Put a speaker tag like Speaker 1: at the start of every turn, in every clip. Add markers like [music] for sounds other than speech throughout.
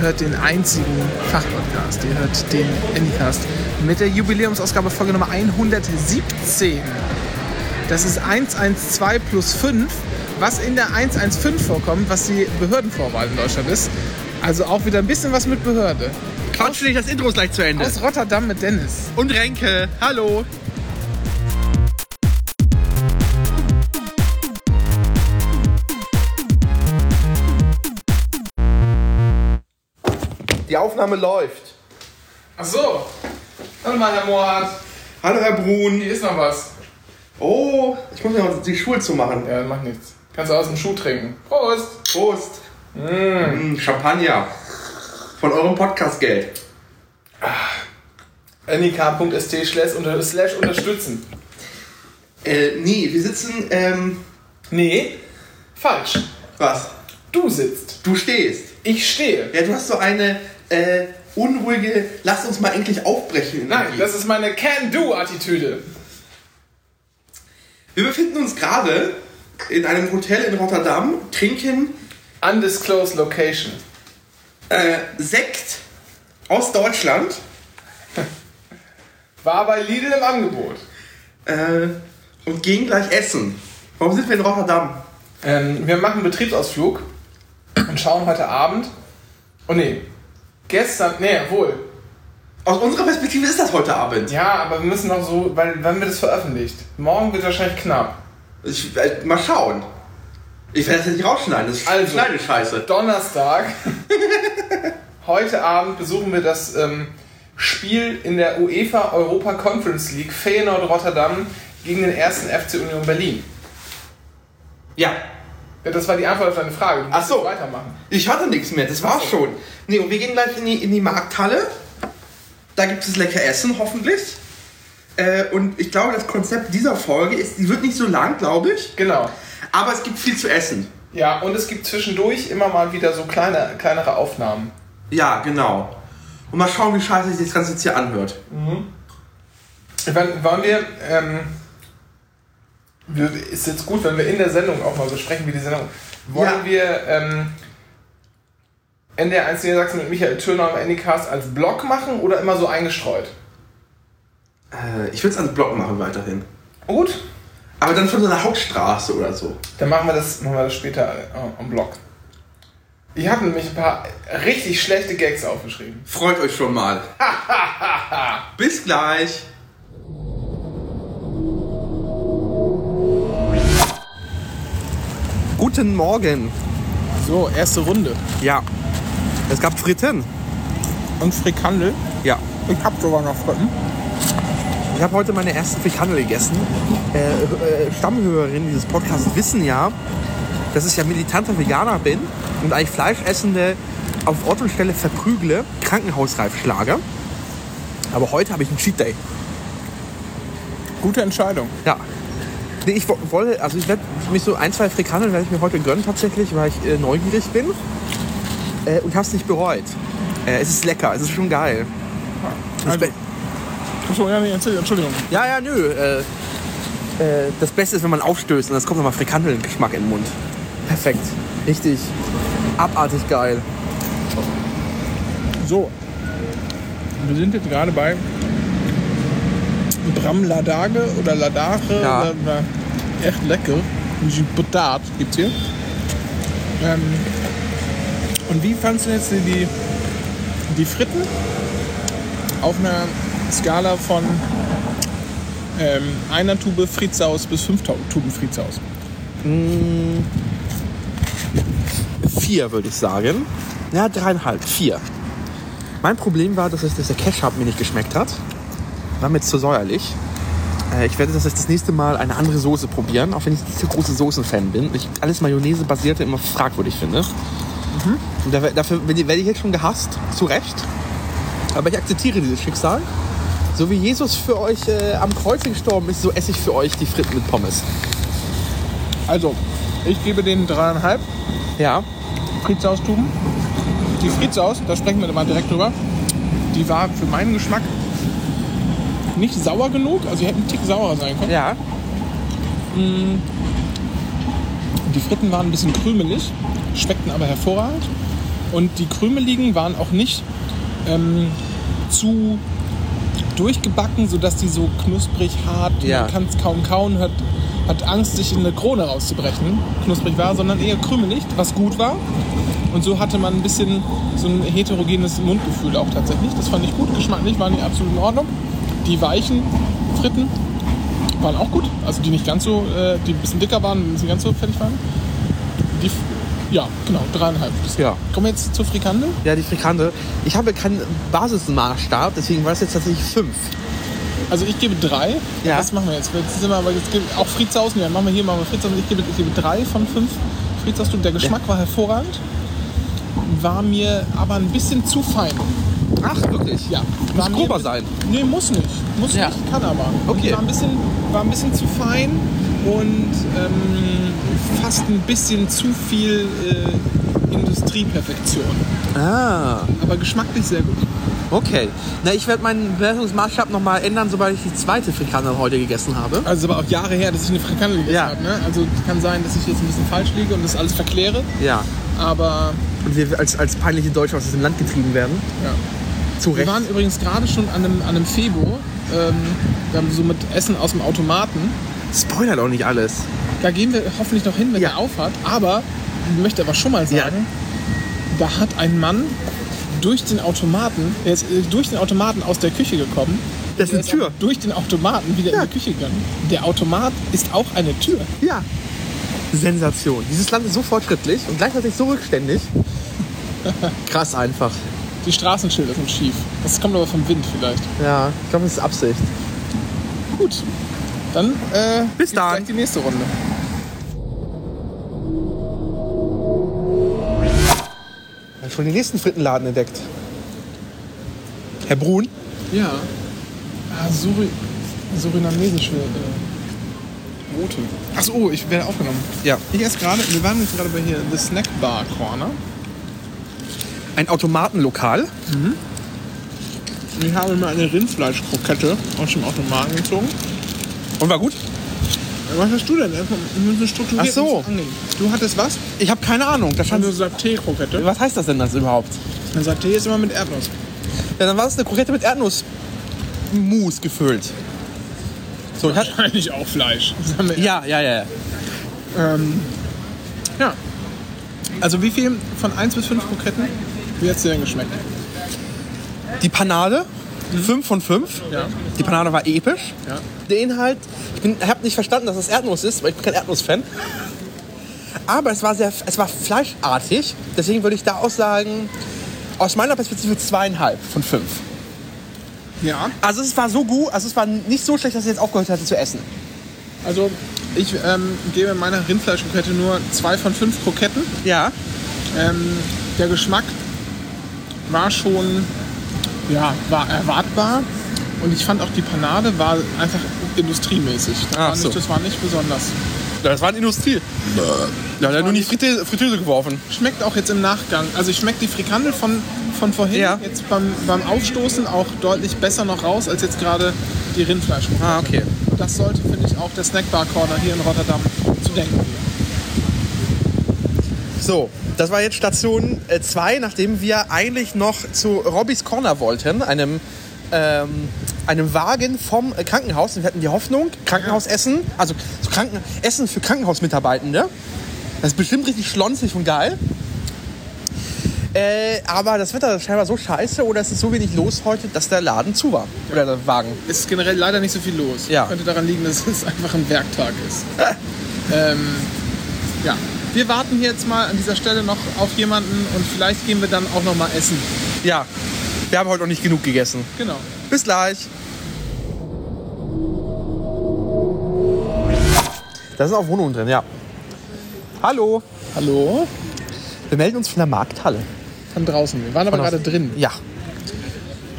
Speaker 1: hört den einzigen Fachpodcast. Ihr hört den Endcast mit der Jubiläumsausgabe Folge Nummer 117. Das ist 112 plus 5, was in der 115 vorkommt, was die Behördenvorwahl in Deutschland ist. Also auch wieder ein bisschen was mit Behörde.
Speaker 2: Quatsch nicht, das Intro ist gleich zu Ende.
Speaker 1: Aus Rotterdam mit Dennis.
Speaker 2: Und Renke, hallo.
Speaker 3: Die Aufnahme läuft.
Speaker 1: Ach so. Hallo mal, Herr Mohat.
Speaker 3: Hallo Herr Brun.
Speaker 1: Hier ist noch was.
Speaker 3: Oh, ich muss mir mal die Schuhe zumachen.
Speaker 1: Ja, macht nichts. Kannst du aus dem Schuh trinken. Prost.
Speaker 3: Prost. Mm, Champagner. Von eurem Podcastgeld.
Speaker 1: nik.st slash unter- slash unterstützen.
Speaker 3: Äh, nee, wir sitzen, ähm,
Speaker 1: Nee, falsch.
Speaker 3: was?
Speaker 1: Du sitzt.
Speaker 3: Du stehst.
Speaker 1: Ich stehe.
Speaker 3: Ja, du hast so eine, äh, unruhige, lass uns mal endlich aufbrechen.
Speaker 1: Nein, das ist meine Can-Do-Attitüde.
Speaker 3: Wir befinden uns gerade in einem Hotel in Rotterdam, trinken,
Speaker 1: Undisclosed Location.
Speaker 3: äh, Sekt aus Deutschland.
Speaker 1: War bei Lidl im Angebot.
Speaker 3: Äh, und gehen gleich essen. Warum sind wir in Rotterdam?
Speaker 1: Ähm, wir machen einen Betriebsausflug und schauen heute Abend. Oh nee, gestern, nee, wohl.
Speaker 3: Aus unserer Perspektive ist das heute Abend.
Speaker 1: Ja, aber wir müssen noch so, weil wenn wir das veröffentlicht, morgen wird wahrscheinlich knapp.
Speaker 3: Ich, äh, mal schauen. Ich werde das jetzt nicht rausschneiden. Das ist
Speaker 1: Also.
Speaker 3: kleine Scheiße.
Speaker 1: Donnerstag. [laughs] heute Abend besuchen wir das ähm, Spiel in der UEFA Europa Conference League Feyenoord Rotterdam gegen den ersten FC Union Berlin.
Speaker 3: Ja.
Speaker 1: Ja, das war die Antwort auf deine Frage. Du musst
Speaker 3: Ach so.
Speaker 1: jetzt Weitermachen.
Speaker 3: Ich hatte nichts mehr. Das war's schon. Nee, und wir gehen gleich in die, in die Markthalle. Da gibt es lecker Essen, hoffentlich. Äh, und ich glaube, das Konzept dieser Folge ist, die wird nicht so lang, glaube ich.
Speaker 1: Genau.
Speaker 3: Aber es gibt viel zu essen.
Speaker 1: Ja, und es gibt zwischendurch immer mal wieder so kleine, kleinere Aufnahmen.
Speaker 3: Ja, genau. Und mal schauen, wie scheiße sich das Ganze jetzt hier anhört.
Speaker 1: Wann, wollen wir, ähm, wir, ist jetzt gut, wenn wir in der Sendung auch mal besprechen, wie die Sendung. Wollen
Speaker 3: Ja.
Speaker 1: wir ähm, NDR 1 Niedersachsen mit Michael Türner am Endicast als Blog machen oder immer so eingestreut?
Speaker 3: Äh, ich will es ans Blog machen weiterhin.
Speaker 1: Gut,
Speaker 3: Aber dann von so einer Hauptstraße oder so.
Speaker 1: dann machen wir das, machen wir das später äh, am Blog. Ich habe nämlich ein paar richtig schlechte Gags aufgeschrieben.
Speaker 3: Freut euch schon mal. [laughs] Bis gleich. Guten Morgen.
Speaker 1: So, erste Runde.
Speaker 3: Ja. Es gab Fritten.
Speaker 1: Und Frikandel.
Speaker 3: Ja.
Speaker 1: Ich habe sogar noch Fritten.
Speaker 3: Ich habe heute meine erste Frikandel gegessen. Äh, äh, Stammhörerinnen dieses Podcasts wissen ja, dass ich ja militanter Veganer bin und eigentlich Fleischessende auf Ort und Stelle verprügle, krankenhausreif schlage. Aber heute habe ich einen Cheat Day.
Speaker 1: Gute Entscheidung.
Speaker 3: Ja. Nee, ich wo- wollte, also ich werde mich so ein, zwei Frikandeln werde ich mir heute gönnen tatsächlich, weil ich äh, neugierig bin äh, und hab's nicht bereut. Äh, es ist lecker, es ist schon geil. Das
Speaker 1: Also-
Speaker 3: Be-
Speaker 1: Achso, ja, nee, erzähl, Entschuldigung.
Speaker 3: ja, ja, nö. Äh, äh, das Beste ist, wenn man aufstößt und das kommt nochmal Frikandeln-Geschmack in den Mund. Perfekt. Richtig. Abartig geil.
Speaker 1: So, wir sind jetzt gerade bei Bram Ladage oder Ladare.
Speaker 3: Ja.
Speaker 1: Oder, oder, echt lecker. Die Potat gibt's hier. Ähm, und wie fandst du jetzt die- die, die Fritten auf einer Skala von ähm, einer Tube Fritzaus bis fünf Tau- Tuben Fritzaus?
Speaker 3: Vier, würde ich sagen. Ja, dreieinhalb, vier. Mein Problem war, dass, es, dass der Ketchup mir nicht geschmeckt hat. War mir zu säuerlich. Äh, ich werde das jetzt das nächste Mal eine andere Soße probieren, auch wenn ich nicht so große Soßenfan bin. Ich alles Mayonnaise-basierte immer fragwürdig finde. Und dafür, dafür werde ich- werde ich jetzt schon gehasst, zu Recht. Aber ich akzeptiere dieses Schicksal. So wie Jesus für euch äh, am Kreuz gestorben ist, so esse ich für euch die Fritten mit Pommes.
Speaker 1: Also, ich gebe den dreieinhalb
Speaker 3: Ja,
Speaker 1: Fritzaustuben. Die Fritzaus, da sprechen wir mal direkt drüber, die war für meinen Geschmack nicht sauer genug. Also die hätten einen Tick saurer sein können.
Speaker 3: ja.
Speaker 1: Die Fritten waren ein bisschen krümelig, schmeckten aber hervorragend.
Speaker 4: Und die krümeligen waren auch nicht ähm, zu durchgebacken, sodass die so knusprig hart,
Speaker 3: Ja.
Speaker 4: man kann es kaum kauen, hat, hat Angst, sich in eine Krone rauszubrechen, knusprig war, sondern eher krümelig, was gut war. Und so hatte man ein bisschen so ein heterogenes Mundgefühl auch tatsächlich. Das fand ich gut, geschmacklich waren die absolut in Ordnung. Die weichen Fritten waren auch gut, also die nicht ganz so, äh, die ein bisschen dicker waren, nicht ganz so fettig waren. Die, f- ja, genau, dreieinhalb. Das-
Speaker 3: Ja.
Speaker 4: Kommen wir jetzt zur Frikande?
Speaker 3: Ja, die Frikante. Ich habe keinen Basismaßstab, deswegen war es jetzt tatsächlich fünf.
Speaker 4: Also ich gebe drei.
Speaker 3: Ja.
Speaker 4: Was machen wir jetzt? Jetzt sind wir aber jetzt gebe, auch Fritzhausen. Ja, machen wir hier machen wir Fritzhausen. Ich gebe, ich gebe drei von fünf Fritzhausen. Der Geschmack war hervorragend, war mir aber ein bisschen zu fein.
Speaker 3: Ach, wirklich?
Speaker 4: Ja.
Speaker 3: Muss
Speaker 4: War mir-
Speaker 3: grober sein.
Speaker 4: Nee, muss nicht. Muss
Speaker 3: Ja.
Speaker 4: nicht, kann aber.
Speaker 3: Okay.
Speaker 4: War ein bisschen, war ein bisschen zu fein und ähm, fast ein bisschen zu viel äh, Industrieperfektion.
Speaker 3: Ah,
Speaker 4: Aber geschmacklich sehr gut.
Speaker 3: okay. Na, ich werde meinen Bewertungsmaßstab nochmal ändern, sobald ich die zweite Frikante heute gegessen habe.
Speaker 4: Also aber auch Jahre her, dass ich eine Frikandel gegessen
Speaker 3: Ja.
Speaker 4: habe. Ne? Also kann sein, dass ich jetzt ein bisschen falsch liege und das alles verkläre.
Speaker 3: Ja.
Speaker 4: Aber
Speaker 3: Und wir als, als peinliche Deutsche aus diesem Land getrieben werden.
Speaker 4: ja.
Speaker 3: Zu
Speaker 4: wir
Speaker 3: Recht.
Speaker 4: waren übrigens gerade schon an einem, an einem Febo. Ähm, wir haben so mit Essen aus dem Automaten.
Speaker 3: Spoilert auch nicht alles.
Speaker 4: Da gehen wir hoffentlich noch hin, wenn
Speaker 3: Ja.
Speaker 4: er aufhat. Aber ich möchte aber schon mal sagen, da hat ein Mann durch den Automaten, der ist äh, durch den Automaten aus der Küche gekommen.
Speaker 3: Das ist
Speaker 4: Der
Speaker 3: eine Tür.
Speaker 4: auch Durch den Automaten wieder
Speaker 3: Ja.
Speaker 4: in die Küche gegangen. Der Automat ist auch eine Tür.
Speaker 3: Ja. Sensation. Dieses Land ist so fortschrittlich und gleichzeitig so [laughs] rückständig. Krass einfach.
Speaker 4: Die Straßenschilder sind schief. Das kommt aber vom Wind vielleicht.
Speaker 3: Ja, ich glaube, das ist Absicht.
Speaker 4: Gut. Dann äh,
Speaker 3: Bis
Speaker 4: geht's
Speaker 3: dann.
Speaker 4: gleich die nächste Runde.
Speaker 3: Ich habe schon den nächsten Frittenladen entdeckt. Herr Brun?
Speaker 4: Ja. Ah, Suri surinamesische äh, Brote. Achso, oh, ich werde aufgenommen.
Speaker 3: Ja.
Speaker 4: Ich esse gerade, wir waren jetzt gerade bei hier The Snack Bar Corner.
Speaker 3: Ein Automatenlokal.
Speaker 4: Ich habe mir eine Rindfleischkrokette aus dem Automaten gezogen.
Speaker 3: Und war gut?
Speaker 4: Was hast du denn? Erstmal müssen wir strukturiert
Speaker 3: Ach so.
Speaker 4: uns angehen. Du hattest was?
Speaker 3: Ich habe keine Ahnung. Da stand,
Speaker 4: Eine Saté-Krokette.
Speaker 3: Also, was heißt das denn das überhaupt?
Speaker 4: Eine Saté ist immer mit Erdnuss.
Speaker 3: Ja, dann war es eine Krokette mit Erdnussmus gefüllt. So, ich hab,
Speaker 4: Wahrscheinlich auch Fleisch. Das haben wir
Speaker 3: ja, ja, ja. ja.
Speaker 4: Ähm, ja. Also wie viel von 1 bis 5 Kroketten? Wie hat es dir denn geschmeckt?
Speaker 3: Die Panade, 5 von 5.
Speaker 4: Ja.
Speaker 3: Mhm. Die Panade war episch.
Speaker 4: Ja.
Speaker 3: Der Inhalt, ich habe nicht verstanden, dass das Erdnuss ist, weil ich bin kein Erdnuss-Fan. Aber es war, sehr, es war fleischartig, deswegen würde ich da auch sagen, aus meiner Perspektive zweieinhalb von fünf.
Speaker 4: Ja.
Speaker 3: Also es war so gut, also es war nicht so schlecht, dass ich jetzt aufgehört hatte zu essen.
Speaker 4: Also ich ähm, gebe meiner Rindfleischkrokette nur 2 von 5 Kroketten.
Speaker 3: Ja.
Speaker 4: Ähm, der Geschmack war schon, ja, war erwartbar. Und ich fand auch die Panade war einfach industriemäßig. Das,
Speaker 3: Ach
Speaker 4: war,
Speaker 3: so.
Speaker 4: nicht, das war nicht besonders.
Speaker 3: Das war eine Industrie. Da hat er nur in die Frite- Fritteuse geworfen.
Speaker 4: Schmeckt auch jetzt im Nachgang. Also ich schmeckt die Frikandel von, von vorhin
Speaker 3: Ja.
Speaker 4: jetzt beim, beim Aufstoßen auch deutlich besser noch raus als jetzt gerade die Rindfleisch.
Speaker 3: Ah, okay.
Speaker 4: Das sollte, finde ich, auch der Snackbar Corner hier in Rotterdam zu denken. geben.
Speaker 3: So, das war jetzt Station 2, nachdem wir eigentlich noch zu Robbys Corner wollten, einem, ähm, einem Wagen vom äh, Krankenhaus. Und wir hatten die Hoffnung, Krankenhausessen, also so Kranken Essen für Krankenhausmitarbeitende. Das ist bestimmt richtig schlonsig und geil. Äh, aber das Wetter ist scheinbar so scheiße oder es ist so wenig los heute, dass der Laden zu war. Oder der Wagen.
Speaker 4: Es ist generell leider nicht so viel los.
Speaker 3: Ja.
Speaker 4: Könnte daran liegen, dass es einfach ein Werktag ist. [laughs] ähm, ja. Wir warten hier jetzt mal an dieser Stelle noch auf jemanden und vielleicht gehen wir dann auch noch mal essen.
Speaker 3: Ja, wir haben heute noch nicht genug gegessen.
Speaker 4: Genau.
Speaker 3: Bis gleich. Da sind auch Wohnungen drin, ja. Hallo.
Speaker 4: Hallo?
Speaker 3: Wir melden uns von der Markthalle.
Speaker 4: Von draußen. Wir waren aber gerade drin.
Speaker 3: Ja.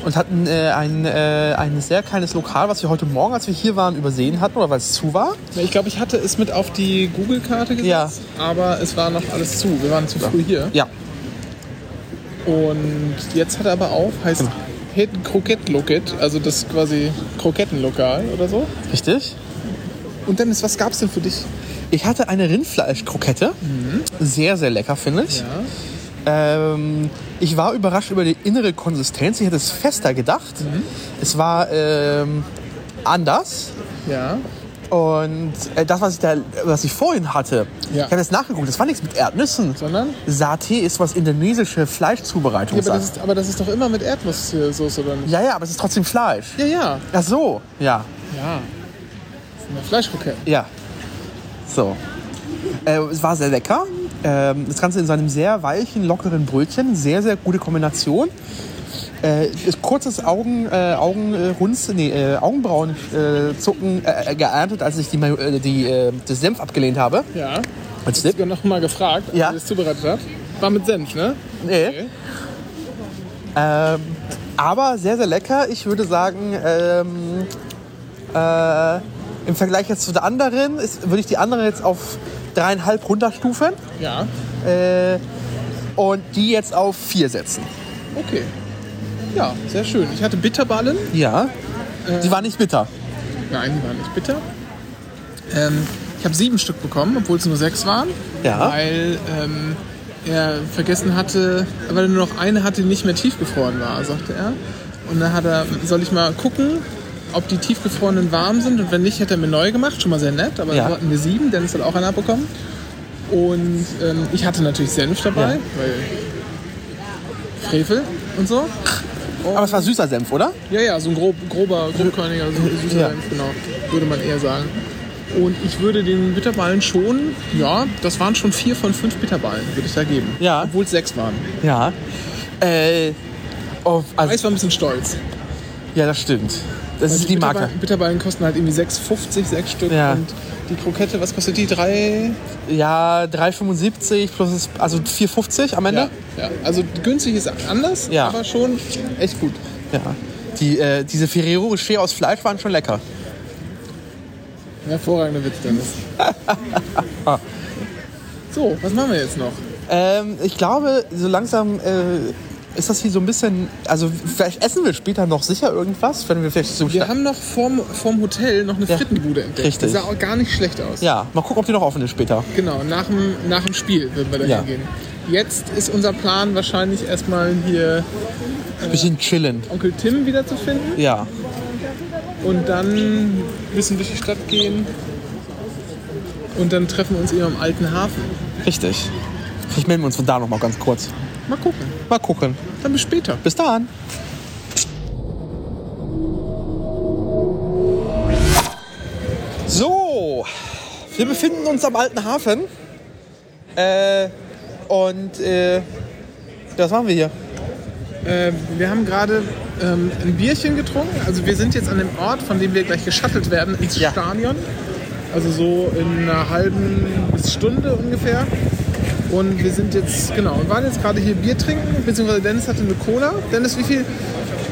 Speaker 3: Und hatten äh, ein, äh, ein sehr kleines Lokal, was wir heute Morgen, als wir hier waren, übersehen hatten oder weil es zu war.
Speaker 4: Ja, Ich glaube, ich hatte es mit auf die Google-Karte gesetzt, aber es war noch alles zu. Wir waren zu früh hier.
Speaker 3: Ja.
Speaker 4: Und jetzt hat er aber auf, heißt Hidden Croquette Locket, also das ist quasi Krokettenlokal oder so.
Speaker 3: Richtig.
Speaker 4: Und Dennis, was gab's denn für dich?
Speaker 3: Mhm. Ich hatte eine Rindfleischkrokette. Sehr, sehr lecker, finde ich. Ähm, ich war überrascht über die innere Konsistenz. Ich hätte es fester gedacht. Es war ähm, anders.
Speaker 4: Ja.
Speaker 3: Und äh, das, was ich, da, was ich vorhin hatte,
Speaker 4: Ja.
Speaker 3: ich habe jetzt nachgeguckt, das war nichts mit Erdnüssen.
Speaker 4: Sondern?
Speaker 3: Saté ist was indonesische Fleischzubereitung.
Speaker 4: Ja, aber das, ist, aber das ist doch immer mit Erdnusssoße, oder nicht?
Speaker 3: ja, ja, aber es ist trotzdem Fleisch.
Speaker 4: Ja, ja.
Speaker 3: Ach so, ja,
Speaker 4: Ja. Das sind ja Fleischroketten.
Speaker 3: ja. So. Äh, es war sehr lecker. Ähm, das Ganze in so einem sehr weichen, lockeren Brötchen. Sehr, sehr gute Kombination. Äh, ist kurzes Augen, äh, Augen, äh, Runz, nee, äh, Augenbrauen äh, zucken äh, äh, geerntet, als ich die, Mayo- äh, die, äh, das Senf abgelehnt habe.
Speaker 4: Ja.
Speaker 3: Als
Speaker 4: Ich habe noch mal gefragt, als
Speaker 3: Ja.
Speaker 4: ja. das zubereitet hat. War mit Senf, ne?
Speaker 3: Nee. Ähm, aber sehr, sehr lecker. Ich würde sagen, ähm, äh, im Vergleich jetzt zu der anderen ist, würde ich die andere jetzt auf dreieinhalb runterstufen
Speaker 4: Ja.
Speaker 3: äh, und die jetzt auf vier setzen.
Speaker 4: Okay. Ja, sehr schön. Ich hatte Bitterballen.
Speaker 3: Ja. Die war nicht bitter.
Speaker 4: Nein, die waren nicht bitter. Ähm, ich habe sieben Stück bekommen, obwohl es nur sechs waren.
Speaker 3: Ja.
Speaker 4: Weil ähm, er vergessen hatte, weil er nur noch eine hatte, die nicht mehr tiefgefroren war, sagte er. Und dann hat er, soll ich mal gucken, ob die tiefgefrorenen warm sind. Und wenn nicht, hätte er mir neu gemacht. Schon mal sehr nett, aber
Speaker 3: Ja.
Speaker 4: so hatten wir sieben. Dennis hat auch eine abbekommen. Und ähm, ich hatte natürlich Senf dabei,
Speaker 3: Ja.
Speaker 4: weil Frevel und so.
Speaker 3: Aber es war süßer Senf, oder?
Speaker 4: Ja, ja, so ein grob, grober, grobkörniger, so ein süßer
Speaker 3: Ja.
Speaker 4: Senf, genau, würde man eher sagen. Und ich würde den Bitterballen schon, ja, das waren schon vier von fünf Bitterballen, würde ich da geben.
Speaker 3: Ja. Also
Speaker 4: Obwohl es sechs waren.
Speaker 3: Ja. Äh, auf,
Speaker 4: Eis
Speaker 3: also,
Speaker 4: war ein bisschen stolz.
Speaker 3: ja, das stimmt. Das ist die Marke.
Speaker 4: Bitterballen, Bitterballen kosten halt irgendwie 6,50, sechs Stück.
Speaker 3: Ja.
Speaker 4: Und die Krokette, was kostet die? Drei?
Speaker 3: Ja, 3,75 plus, es- also 4,50 am Ende.
Speaker 4: Ja. ja. Also günstig ist anders,
Speaker 3: Ja.
Speaker 4: aber schon echt gut.
Speaker 3: Ja. Die, äh, diese Ferrero Rocher aus Fleisch waren schon lecker.
Speaker 4: Hervorragender Witz,
Speaker 3: [laughs]
Speaker 4: Dennis. so, was machen wir jetzt noch?
Speaker 3: Ähm, ich glaube, so langsam äh, ist das wie so ein bisschen. Also, vielleicht essen wir später noch sicher irgendwas, wenn wir vielleicht zum
Speaker 4: Wir
Speaker 3: Schna-
Speaker 4: haben noch vorm, vorm Hotel noch eine
Speaker 3: Ja.
Speaker 4: Frittenbude entdeckt.
Speaker 3: Richtig.
Speaker 4: Die sah auch gar nicht schlecht aus.
Speaker 3: Ja, mal gucken, ob die noch offen ist später.
Speaker 4: Genau, nach dem, nach dem Spiel würden wir da
Speaker 3: Ja.
Speaker 4: hingehen. Jetzt ist unser Plan wahrscheinlich erstmal hier
Speaker 3: Ein bisschen chillen.
Speaker 4: Onkel Tim wiederzufinden
Speaker 3: Ja.
Speaker 4: und dann ein bisschen durch die Stadt gehen. Und dann treffen wir uns eben am alten Hafen.
Speaker 3: Richtig. Vielleicht melden wir uns von da noch mal ganz kurz.
Speaker 4: Mal gucken.
Speaker 3: Mal gucken.
Speaker 4: Dann bis später.
Speaker 3: Bis dann. So, wir befinden uns am alten Hafen. Äh, und äh, was machen wir hier?
Speaker 4: Äh, wir haben gerade ähm, ein Bierchen getrunken. Also wir sind jetzt an dem Ort, von dem wir gleich geschattelt werden, ins
Speaker 3: Ja.
Speaker 4: Stadion. Also so in einer halben bis Stunde ungefähr. Und wir sind jetzt, genau, wir waren jetzt gerade hier Bier trinken, beziehungsweise Dennis hatte eine Cola. Dennis, wie viel,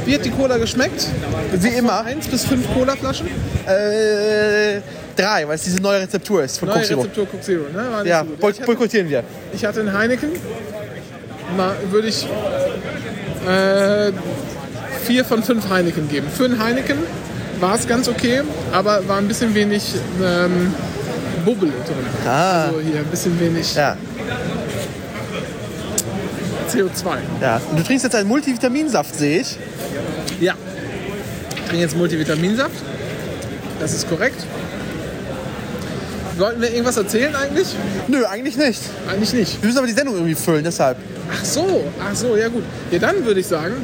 Speaker 4: wie hat die Cola geschmeckt?
Speaker 3: Wie immer.
Speaker 4: Eins bis fünf Cola-Flaschen.
Speaker 3: Äh, drei, weil es diese neue Rezeptur ist von
Speaker 4: Neue
Speaker 3: Coke Zero.
Speaker 4: Rezeptur Coke Zero, ne? War nicht
Speaker 3: Ja,
Speaker 4: so gut.
Speaker 3: boy-
Speaker 4: Ich hatte-
Speaker 3: boykottieren wir.
Speaker 4: Ich hatte einen Heineken. Mal würde ich äh, vier von fünf Heineken geben. Für einen Heineken war es ganz okay, aber war ein bisschen wenig ähm, Bubble drin.
Speaker 3: Ah.
Speaker 4: Also hier ein bisschen wenig
Speaker 3: Ja,
Speaker 4: CO2.
Speaker 3: ja. Und du trinkst jetzt einen Multivitaminsaft, sehe ich.
Speaker 4: Ja. Ich trinke jetzt Multivitaminsaft. Das ist korrekt. Wollten wir irgendwas erzählen eigentlich?
Speaker 3: Nö, eigentlich nicht.
Speaker 4: Eigentlich nicht.
Speaker 3: Wir müssen aber die Sendung irgendwie füllen, deshalb.
Speaker 4: Ach so, ach so, ja gut. Ja, dann würde ich sagen,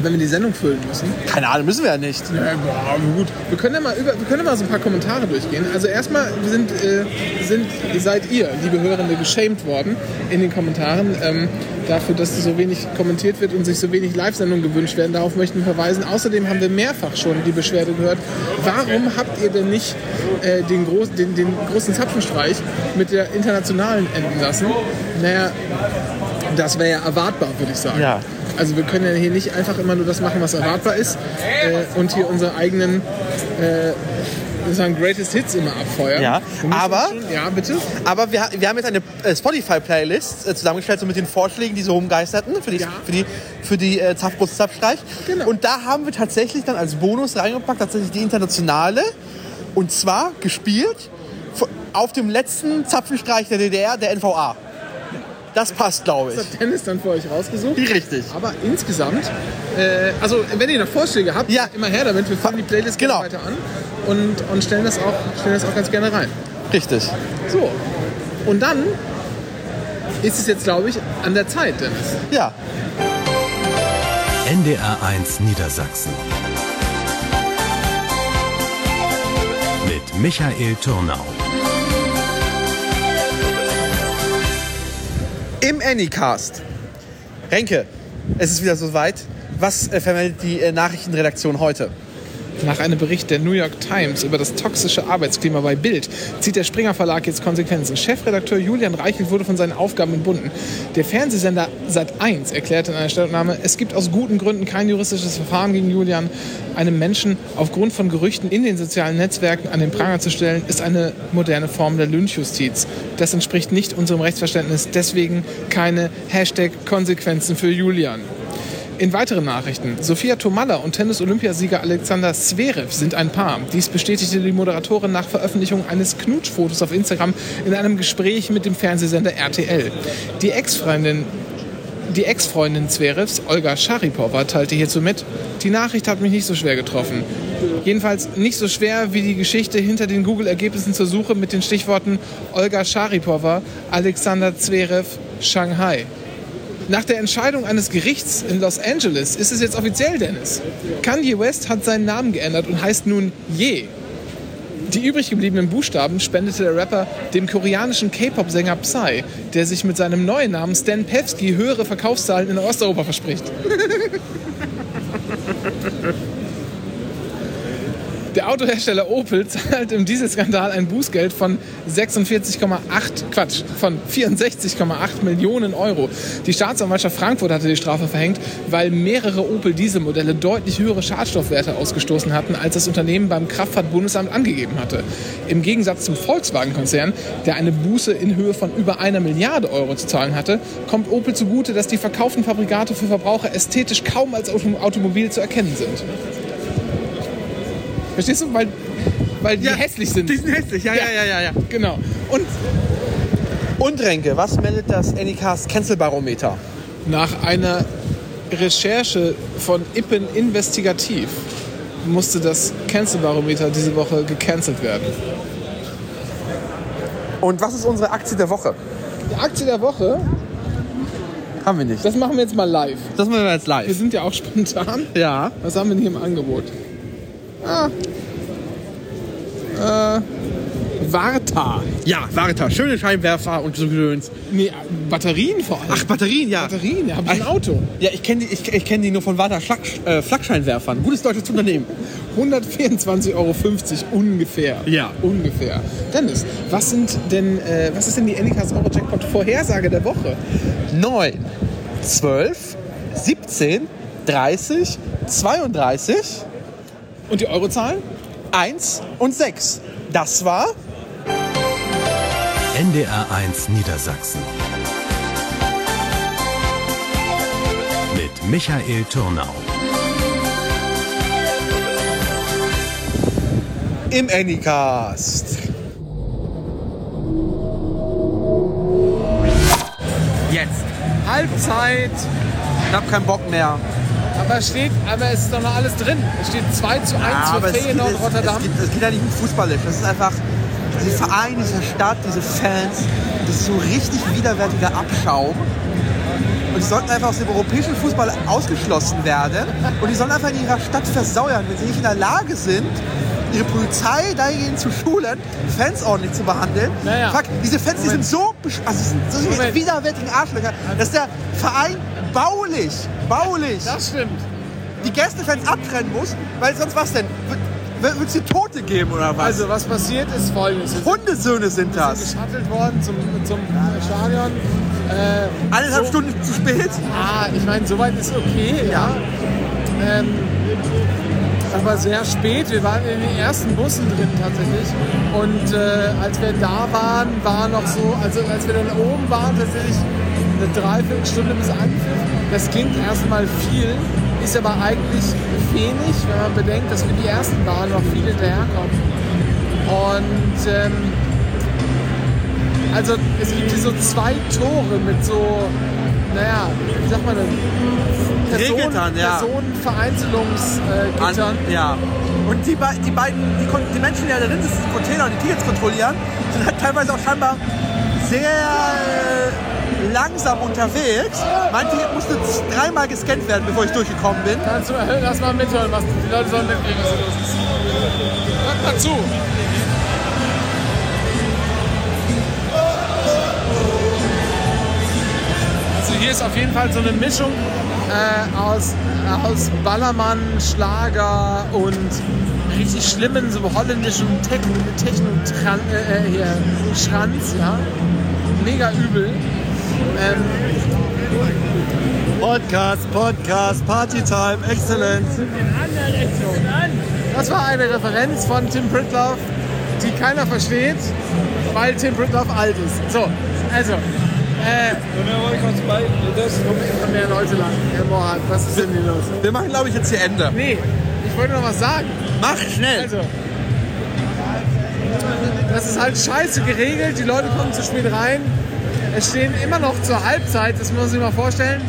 Speaker 4: wenn wir die Sendung füllen müssen,
Speaker 3: Keine Ahnung, müssen wir ja nicht.
Speaker 4: Ja, boah, gut. Wir können ja mal, über, wir können ja mal so ein paar Kommentare durchgehen. Also erstmal sind, äh, sind, seid ihr, liebe Hörende, geschämt worden in den Kommentaren ähm, dafür, dass so wenig kommentiert wird und sich so wenig Live-Sendungen gewünscht werden. Darauf möchten wir verweisen. Außerdem haben wir mehrfach schon die Beschwerde gehört. Warum habt ihr denn nicht äh, den, groß, den, den großen Zapfenstreich mit der internationalen enden lassen? Naja, das wäre ja erwartbar, würde ich sagen.
Speaker 3: Ja.
Speaker 4: Also wir können ja hier nicht einfach immer nur das machen, was erwartbar ist äh, und hier unsere eigenen äh, sozusagen Greatest Hits immer abfeuern.
Speaker 3: Ja,
Speaker 4: Wir müssen
Speaker 3: aber-
Speaker 4: Schon, ja, bitte. [laughs]
Speaker 3: Aber wir, wir haben jetzt eine äh, Spotify-Playlist äh, zusammengestellt, so mit den Vorschlägen, die so rumgeisterten für die,
Speaker 4: Ja.
Speaker 3: für die, für die äh, Zapfbrust-Zapfstreich.
Speaker 4: Genau.
Speaker 3: Und da haben wir tatsächlich dann als Bonus reingepackt, tatsächlich die internationale. Und zwar gespielt von- auf dem letzten Zapfenstreich der DDR, der NVA. Das passt, glaube
Speaker 4: Das
Speaker 3: ich.
Speaker 4: hat Dennis dann für euch rausgesucht.
Speaker 3: Richtig.
Speaker 4: Aber insgesamt, äh, also wenn ihr noch Vorschläge habt,
Speaker 3: Ja.
Speaker 4: immer her damit. Wir fangen die Playlist
Speaker 3: Genau.
Speaker 4: weiter an und, und stellen, das auch, stellen das auch ganz gerne rein.
Speaker 3: Richtig.
Speaker 4: So, und dann ist es jetzt, glaube ich, an der Zeit, Dennis.
Speaker 3: Ja.
Speaker 5: NDR1 Niedersachsen. Mit Michael Turnau.
Speaker 3: Im Anycast. Renke, es ist wieder soweit. Was äh, vermeldet die äh, Nachrichtenredaktion heute?
Speaker 4: Nach einem Bericht der New York Times über das toxische Arbeitsklima bei Bild zieht der Springer Verlag jetzt Konsequenzen. Chefredakteur Julian Reichelt wurde von seinen Aufgaben entbunden. Der Fernsehsender Sat1 erklärte in einer Stellungnahme, es gibt aus guten Gründen kein juristisches Verfahren gegen Julian. Einem Menschen aufgrund von Gerüchten in den sozialen Netzwerken an den Pranger zu stellen, ist eine moderne Form der Lynchjustiz. Das entspricht nicht unserem Rechtsverständnis. Deswegen keine Hashtag Konsequenzen für Julian. In weiteren Nachrichten. Sophia Tomalla und Tennis-Olympiasieger Alexander Zverev sind ein Paar. Dies bestätigte die Moderatorin nach Veröffentlichung eines Knutschfotos auf Instagram in einem Gespräch mit dem Fernsehsender RTL. Die Ex-Freundin die Ex-Freundin Zverevs, Olga Scharipowa, teilte hierzu mit, die Nachricht hat mich nicht so schwer getroffen. Jedenfalls nicht so schwer wie die Geschichte hinter den Google-Ergebnissen zur Suche mit den Stichworten Olga Scharipowa, Alexander Zverev, Shanghai. Nach der Entscheidung eines Gerichts in Los Angeles ist es jetzt offiziell, Dennis. Kanye West hat seinen Namen geändert und heißt nun Ye. Die übrig gebliebenen Buchstaben spendete der Rapper dem koreanischen K-Pop-Sänger Psy, der sich mit seinem neuen Namen Stan Pevsky höhere Verkaufszahlen in Osteuropa verspricht. Der Autohersteller Opel zahlt im Dieselskandal ein Bußgeld von 46,8 Quatsch von 64,8 Millionen Euro. Die Staatsanwaltschaft Frankfurt hatte die Strafe verhängt, weil mehrere Opel Dieselmodelle deutlich höhere Schadstoffwerte ausgestoßen hatten, als das Unternehmen beim Kraftfahrtbundesamt angegeben hatte. Im Gegensatz zum Volkswagen-Konzern, der eine Buße in Höhe von über einer Milliarde Euro zu zahlen hatte, kommt Opel zugute, dass die verkauften Fabrikate für Verbraucher ästhetisch kaum als Auto Automobil zu erkennen sind. Verstehst du? Weil, weil die hässlich sind.
Speaker 6: Die sind hässlich, ja, ja, ja, ja. ja.
Speaker 4: Genau. Und
Speaker 3: Und Renke, was meldet das Anycast Cancelbarometer?
Speaker 4: nach einer Recherche von Ippen Investigativ musste das Cancel-Barometer diese Woche gecancelt werden.
Speaker 3: Und was ist unsere Aktie der Woche?
Speaker 4: Die Aktie der Woche,
Speaker 3: Haben wir nicht.
Speaker 4: das machen wir jetzt mal live.
Speaker 3: Das machen wir jetzt
Speaker 4: Wir
Speaker 3: live.
Speaker 4: sind ja auch spontan.
Speaker 3: Ja.
Speaker 4: Was haben wir denn hier im Angebot? Ah. Äh, Varta.
Speaker 6: Ja, Warta, schöne Scheinwerfer und so Gedöns.
Speaker 4: Nee, Batterien vor allem.
Speaker 6: Ach, Batterien, ja.
Speaker 4: Batterien, da habe ich ein Auto.
Speaker 6: Ja, ich kenne die, ich, ich kenn die nur von Warta Schlag, äh, Flakscheinwerfern. Gutes deutsches Unternehmen.
Speaker 4: 124,50 Euro ungefähr.
Speaker 6: Ja.
Speaker 4: Ungefähr. Dennis, was sind denn, äh, was ist denn die Anycast Euro Jackpot Vorhersage der Woche?
Speaker 3: 9, 12, 17, 30, 32,
Speaker 4: Und die Eurozahlen?
Speaker 3: 1 und 6. Das war
Speaker 5: NDR1 Niedersachsen. Mit Michael Turnau.
Speaker 3: im Anycast.
Speaker 6: Jetzt.
Speaker 3: Halbzeit. Ich hab keinen Bock mehr.
Speaker 4: Aber steht, aber es ist doch noch alles drin. Es steht 2 zu 1
Speaker 3: Ah, Aber
Speaker 4: für
Speaker 3: es geht,
Speaker 4: Feyenoord Rotterdam.
Speaker 3: Es, geht, es geht ja nicht um Fußballisch. Das ist einfach dieser Verein, diese Stadt, diese Fans. Das ist so richtig widerwärtiger Abschaum. Und die sollten einfach aus dem europäischen Fußball ausgeschlossen werden. Und die sollen einfach in ihrer Stadt versäuern, wenn sie nicht in der Lage sind, ihre Polizei dahingehend zu schulen, Fans ordentlich zu behandeln.
Speaker 4: Naja.
Speaker 3: Fuck, diese Fans, die sind so, besch- also die sind so
Speaker 4: Moment.
Speaker 3: widerwärtigen Arschlöcher, dass der Verein baulich, baulich
Speaker 4: Das stimmt.
Speaker 3: die Gästefans abtrennen muss, weil sonst was denn? Wird es hier Tote geben oder was?
Speaker 4: Also, was passiert ist folgendes. Wir
Speaker 3: Hundesöhne sind das.
Speaker 4: sind geschattelt worden zum, zum Stadion. Äh,
Speaker 3: Eineinhalb
Speaker 4: so-
Speaker 3: Stunden zu spät.
Speaker 4: Ah, ich meine, soweit ist okay, ja. Ähm, aber sehr spät. Wir waren in den ersten Bussen drin tatsächlich. Und äh, als wir da waren, war noch so, also als wir dann oben waren, tatsächlich eine Dreiviertelstunde bis Anpfiff. Das klingt erstmal viel, ist aber eigentlich wenig, wenn man bedenkt, dass wir die ersten waren, noch viele hinterherkommen. Und ähm,
Speaker 1: Also es gibt hier so zwei Tore mit so, naja, wie sagt man denn?
Speaker 3: Regeltern, ja.
Speaker 4: äh,
Speaker 1: Personenvereinzelungsgittern.
Speaker 3: ja. Und die, bei- die beiden, die, Kon- die Menschen, die da drin sitzen, im Container und die Tickets kontrollieren, sind halt teilweise auch scheinbar sehr äh, langsam unterwegs. Mein Ticket musste z- dreimal gescannt werden, bevor ich durchgekommen bin.
Speaker 1: Kannst du lass mal mithören, was die Leute sollen mitkriegen, was hier los ist. Hört mal zu. Also hier ist auf jeden Fall so eine Mischung äh, aus, aus Ballermann, Schlager und richtig schlimmen so holländischen Tech- Techno-Tran- äh, äh, hier, Schranz, ja. Mega übel. Ähm,
Speaker 3: Podcast, Podcast, Partytime, Excellent.
Speaker 1: Das war eine Referenz von Tim Pritloff, die keiner versteht, weil Tim Pritloff alt ist. So, also. Äh, Komm, komm mehr Leute lang. Herr Mohan, was ist denn hier los?
Speaker 3: Wir machen, glaube ich, jetzt hier Ende.
Speaker 1: Nee, ich wollte noch was sagen.
Speaker 3: Mach schnell.
Speaker 1: Also. Das ist halt scheiße geregelt, die Leute kommen zu spät rein. Es stehen immer noch zur Halbzeit, das muss man sich mal vorstellen.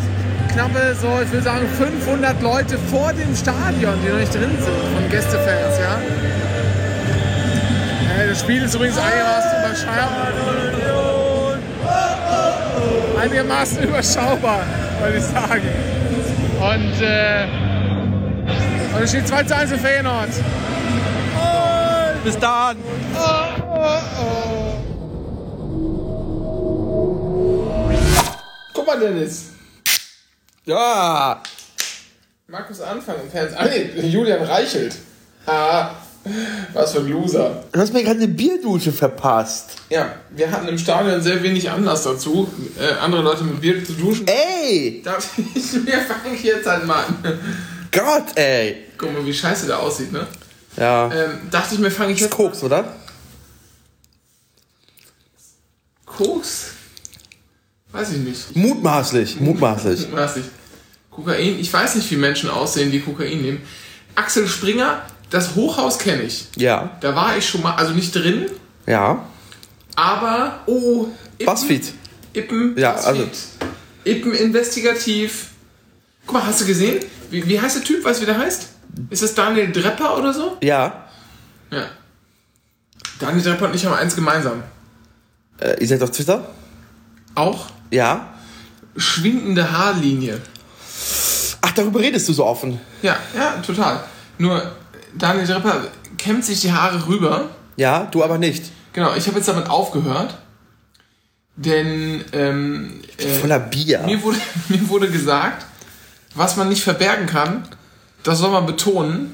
Speaker 1: Knappe, so, ich will sagen, 500 Leute vor dem Stadion, die noch nicht drin sind, von Gästefans, ja. Äh, Das Spiel ist übrigens einigermaßen überschaubar. Einigermaßen überschaubar, wollte ich sagen. Und, äh, und es steht 2 zu 1 für Feyenoord.
Speaker 3: Bis dann.
Speaker 1: Guck mal, Dennis.
Speaker 3: Ja.
Speaker 1: Markus Anfang im Fernsehen. Ah, nee, Julian Reichelt. Ah, was für ein Loser.
Speaker 3: Du hast mir gerade eine Bierdusche verpasst.
Speaker 1: Ja, wir hatten im Stadion sehr wenig Anlass dazu, äh, andere Leute mit Bier zu duschen.
Speaker 3: Ey,
Speaker 1: Da ich [laughs] mir fange ich jetzt halt mal an.
Speaker 3: Gott, ey.
Speaker 1: Guck mal, wie scheiße der aussieht, ne?
Speaker 3: Ja.
Speaker 1: Ähm, dachte ich mir, fange ich
Speaker 3: ist
Speaker 1: jetzt
Speaker 3: Koks, oder?
Speaker 1: Koks? Weiß ich nicht.
Speaker 3: Mutmaßlich, mutmaßlich.
Speaker 1: Weiß ich. Kokain, ich weiß nicht, wie Menschen aussehen, die Kokain nehmen. Axel Springer, das Hochhaus kenne ich.
Speaker 3: Ja,
Speaker 1: Da war ich schon mal, also nicht drin,
Speaker 3: ja.
Speaker 1: aber oh, Ippen,
Speaker 3: Buzzfeed.
Speaker 1: Ippen,
Speaker 3: Ja,
Speaker 1: Buzzfeed.
Speaker 3: also-
Speaker 1: Ippen investigativ. Guck mal, hast du gesehen? Wie, wie heißt der Typ? Weißt du, wie der heißt? Ist das Daniel Drepper oder so?
Speaker 3: Ja.
Speaker 1: Ja. Daniel Drepper und ich haben eins gemeinsam.
Speaker 3: Äh, ihr seid auf Twitter?
Speaker 1: Auch
Speaker 3: Ja.
Speaker 1: schwindende Haarlinie.
Speaker 3: Ach, darüber redest du so offen.
Speaker 1: Ja, ja, total. Nur Daniel Drepper kämmt sich die Haare rüber.
Speaker 3: Ja, du aber nicht.
Speaker 1: Genau, ich habe jetzt damit aufgehört, denn ähm, äh,
Speaker 3: Voller Bier.
Speaker 1: Mir wurde, [laughs] mir wurde gesagt, was man nicht verbergen kann, das soll man betonen.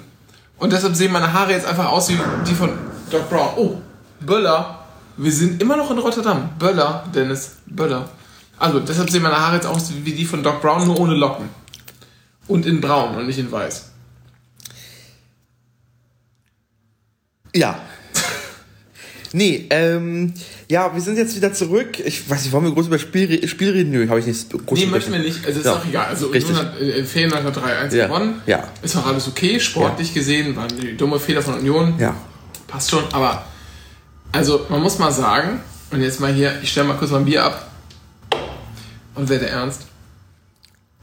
Speaker 1: Und deshalb sehen meine Haare jetzt einfach aus wie die von Doc Brown. Oh, Böller. Wir sind immer noch in Rotterdam. Böller, Dennis, Böller. Also, deshalb sehen meine Haare jetzt aus wie die von Doc Brown, nur ohne Locken. Und in braun und nicht in weiß.
Speaker 3: Ja. [laughs] Nee, ähm, ja, wir sind jetzt wieder zurück. Ich weiß nicht, wollen wir groß über Spiel, re- Spiel reden? Nö, habe ich nicht groß
Speaker 1: Nee,
Speaker 3: über-
Speaker 1: möchten wir nicht. Also, ist
Speaker 3: Ja,
Speaker 1: auch egal. Also,
Speaker 3: richtig.
Speaker 1: Union hat, äh, Feyenoord hat 3-1
Speaker 3: Ja,
Speaker 1: gewonnen.
Speaker 3: ja.
Speaker 1: Ist auch alles okay. Sportlich gesehen waren die dumme Fehler von Union.
Speaker 3: Ja.
Speaker 1: Passt schon, aber also man muss mal sagen, und jetzt mal hier, ich stelle mal kurz mein Bier ab und werde ernst.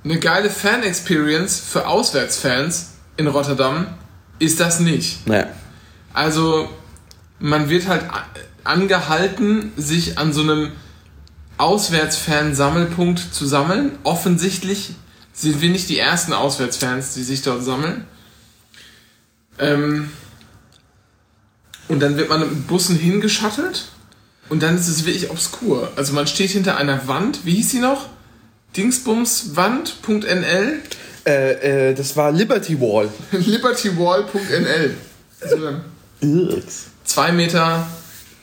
Speaker 1: Eine geile Fan-Experience für Auswärtsfans in Rotterdam ist das nicht.
Speaker 3: Naja.
Speaker 1: Also man wird halt a- angehalten, sich an so einem Auswärtsfan-Sammelpunkt zu sammeln. Offensichtlich sind wir nicht die ersten Auswärtsfans, die sich dort sammeln. Ähm, und dann wird man mit Bussen hingeschattelt und dann ist es wirklich obskur. Also man steht hinter einer Wand, wie hieß sie noch? Dingsbumswand.nl
Speaker 3: Äh, äh, das war
Speaker 1: [laughs]
Speaker 3: Liberty Wall.
Speaker 1: libertywall.nl so eine
Speaker 3: Irks.
Speaker 1: 2 Meter,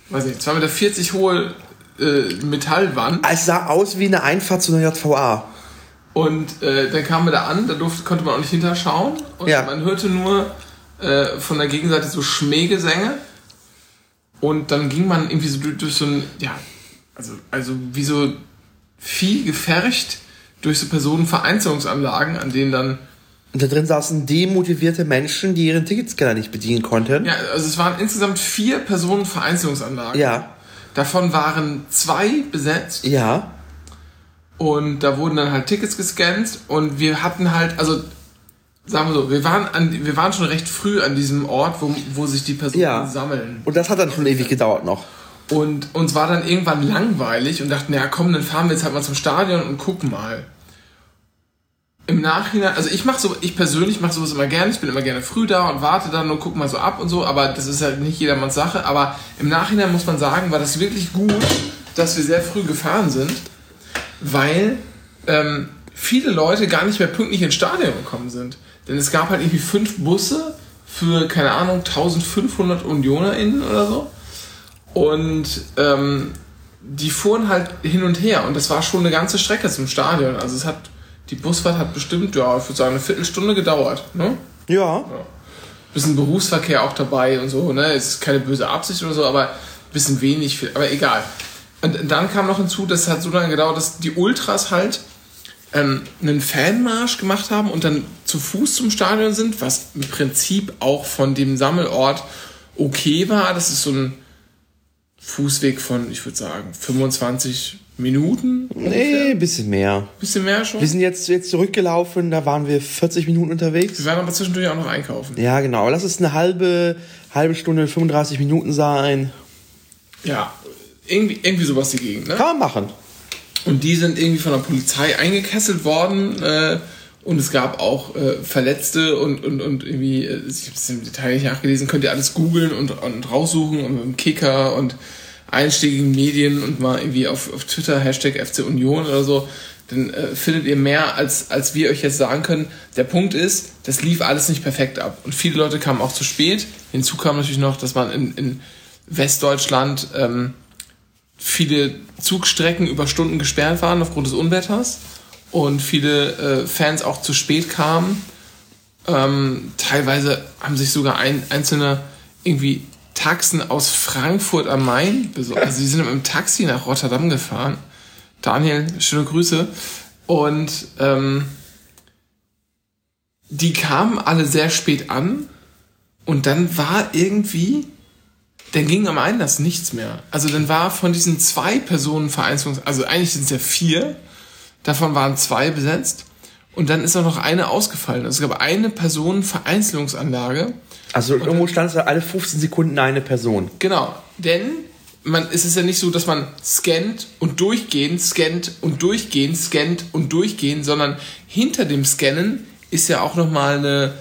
Speaker 1: weiß nicht, 2 Meter 40 hohe äh, Metallwand.
Speaker 3: Es sah aus wie eine Einfahrt zu einer JVA.
Speaker 1: Und äh, dann kamen wir da an, da durfte, konnte man auch nicht hinterschauen. Und
Speaker 3: Ja.
Speaker 1: man hörte nur äh, von der Gegenseite so Schmähgesänge. Und dann ging man irgendwie so durch, durch so ein, ja, also, also wie so Vieh gefercht durch so Personenvereinzelungsanlagen, an denen dann
Speaker 3: Und da drin saßen demotivierte Menschen, die ihren Ticketscanner nicht bedienen konnten.
Speaker 1: Ja, also es waren insgesamt vier Personen Vereinzelungsanlagen.
Speaker 3: Ja.
Speaker 1: Davon waren zwei besetzt
Speaker 3: Ja.
Speaker 1: und da wurden dann halt Tickets gescannt und wir hatten halt, also sagen wir so, wir waren, an, wir waren schon recht früh an diesem Ort, wo, wo sich die Personen
Speaker 3: Ja.
Speaker 1: sammeln.
Speaker 3: Und das hat dann schon ewig gedauert noch.
Speaker 1: Und uns war dann irgendwann langweilig und dachten, ja komm, dann fahren wir jetzt halt mal zum Stadion und gucken mal. Im Nachhinein, also ich mache so, ich persönlich mache sowas immer gerne, ich bin immer gerne früh da und warte dann und guck mal so ab und so, aber das ist halt nicht jedermanns Sache. Aber im Nachhinein muss man sagen, war das wirklich gut, dass wir sehr früh gefahren sind, weil ähm, viele Leute gar nicht mehr pünktlich ins Stadion gekommen sind. Denn es gab halt irgendwie fünf Busse für, keine Ahnung, 1500 UnionerInnen oder so. Und ähm, die fuhren halt hin und her und das war schon eine ganze Strecke zum Stadion. Also es hat, die Busfahrt hat bestimmt, ja, ich würde sagen, eine Viertelstunde gedauert. Ne?
Speaker 3: Ja.
Speaker 1: Bisschen Berufsverkehr auch dabei und so, ne? Es ist keine böse Absicht oder so, aber bisschen wenig, viel- aber egal. Und dann kam noch hinzu, das hat so lange gedauert, dass die Ultras halt ähm, einen Fanmarsch gemacht haben und dann zu Fuß zum Stadion sind, was im Prinzip auch von dem Sammelort okay war. Das ist so ein Fußweg von, ich würde sagen, 25 Minuten.
Speaker 3: Nee, ein bisschen mehr.
Speaker 1: Bisschen mehr schon.
Speaker 3: Wir sind jetzt, jetzt zurückgelaufen, da waren wir 40 Minuten
Speaker 1: Wir
Speaker 3: unterwegs.
Speaker 1: werden aber zwischendurch auch noch einkaufen.
Speaker 3: Ja, genau. Aber Lass es eine halbe, halbe Stunde, 35 Minuten sein.
Speaker 1: Ja, irgendwie, irgendwie sowas die Gegend, ne?
Speaker 3: Kann man machen.
Speaker 1: Und die sind irgendwie von der Polizei eingekesselt worden. Äh, und es gab auch äh, Verletzte und, und, und irgendwie, äh, ich habe es im Detail nicht nachgelesen, könnt ihr alles googeln und, und raussuchen und mit dem Kicker und einschlägigen Medien und mal irgendwie auf, auf Twitter Hashtag FC Union oder so, dann äh, findet ihr mehr, als, als wir euch jetzt sagen können. Der Punkt ist, das lief alles nicht perfekt ab. Und viele Leute kamen auch zu spät. Hinzu kam natürlich noch, dass man in, in Westdeutschland... Ähm, viele Zugstrecken über Stunden gesperrt waren aufgrund des Unwetters und viele äh, Fans auch zu spät kamen. Ähm, teilweise haben sich sogar ein, einzelne irgendwie Taxen aus Frankfurt am Main besorgt. Also die sind mit dem Taxi nach Rotterdam gefahren. Daniel, schöne Grüße. Und ähm, die kamen alle sehr spät an und dann war irgendwie dann ging am Einlass nichts mehr. Also dann war von diesen zwei Personen Vereinzelungs... Also eigentlich sind es ja vier. Davon waren zwei besetzt. Und dann ist auch noch eine ausgefallen. Also es gab eine Person Vereinzelungsanlage.
Speaker 3: Also irgendwo stand es alle 15 Sekunden eine Person.
Speaker 1: Genau, denn man, es ist ja nicht so, dass man scannt und durchgehend, scannt und durchgehend, scannt und durchgehend, sondern hinter dem Scannen ist ja auch nochmal eine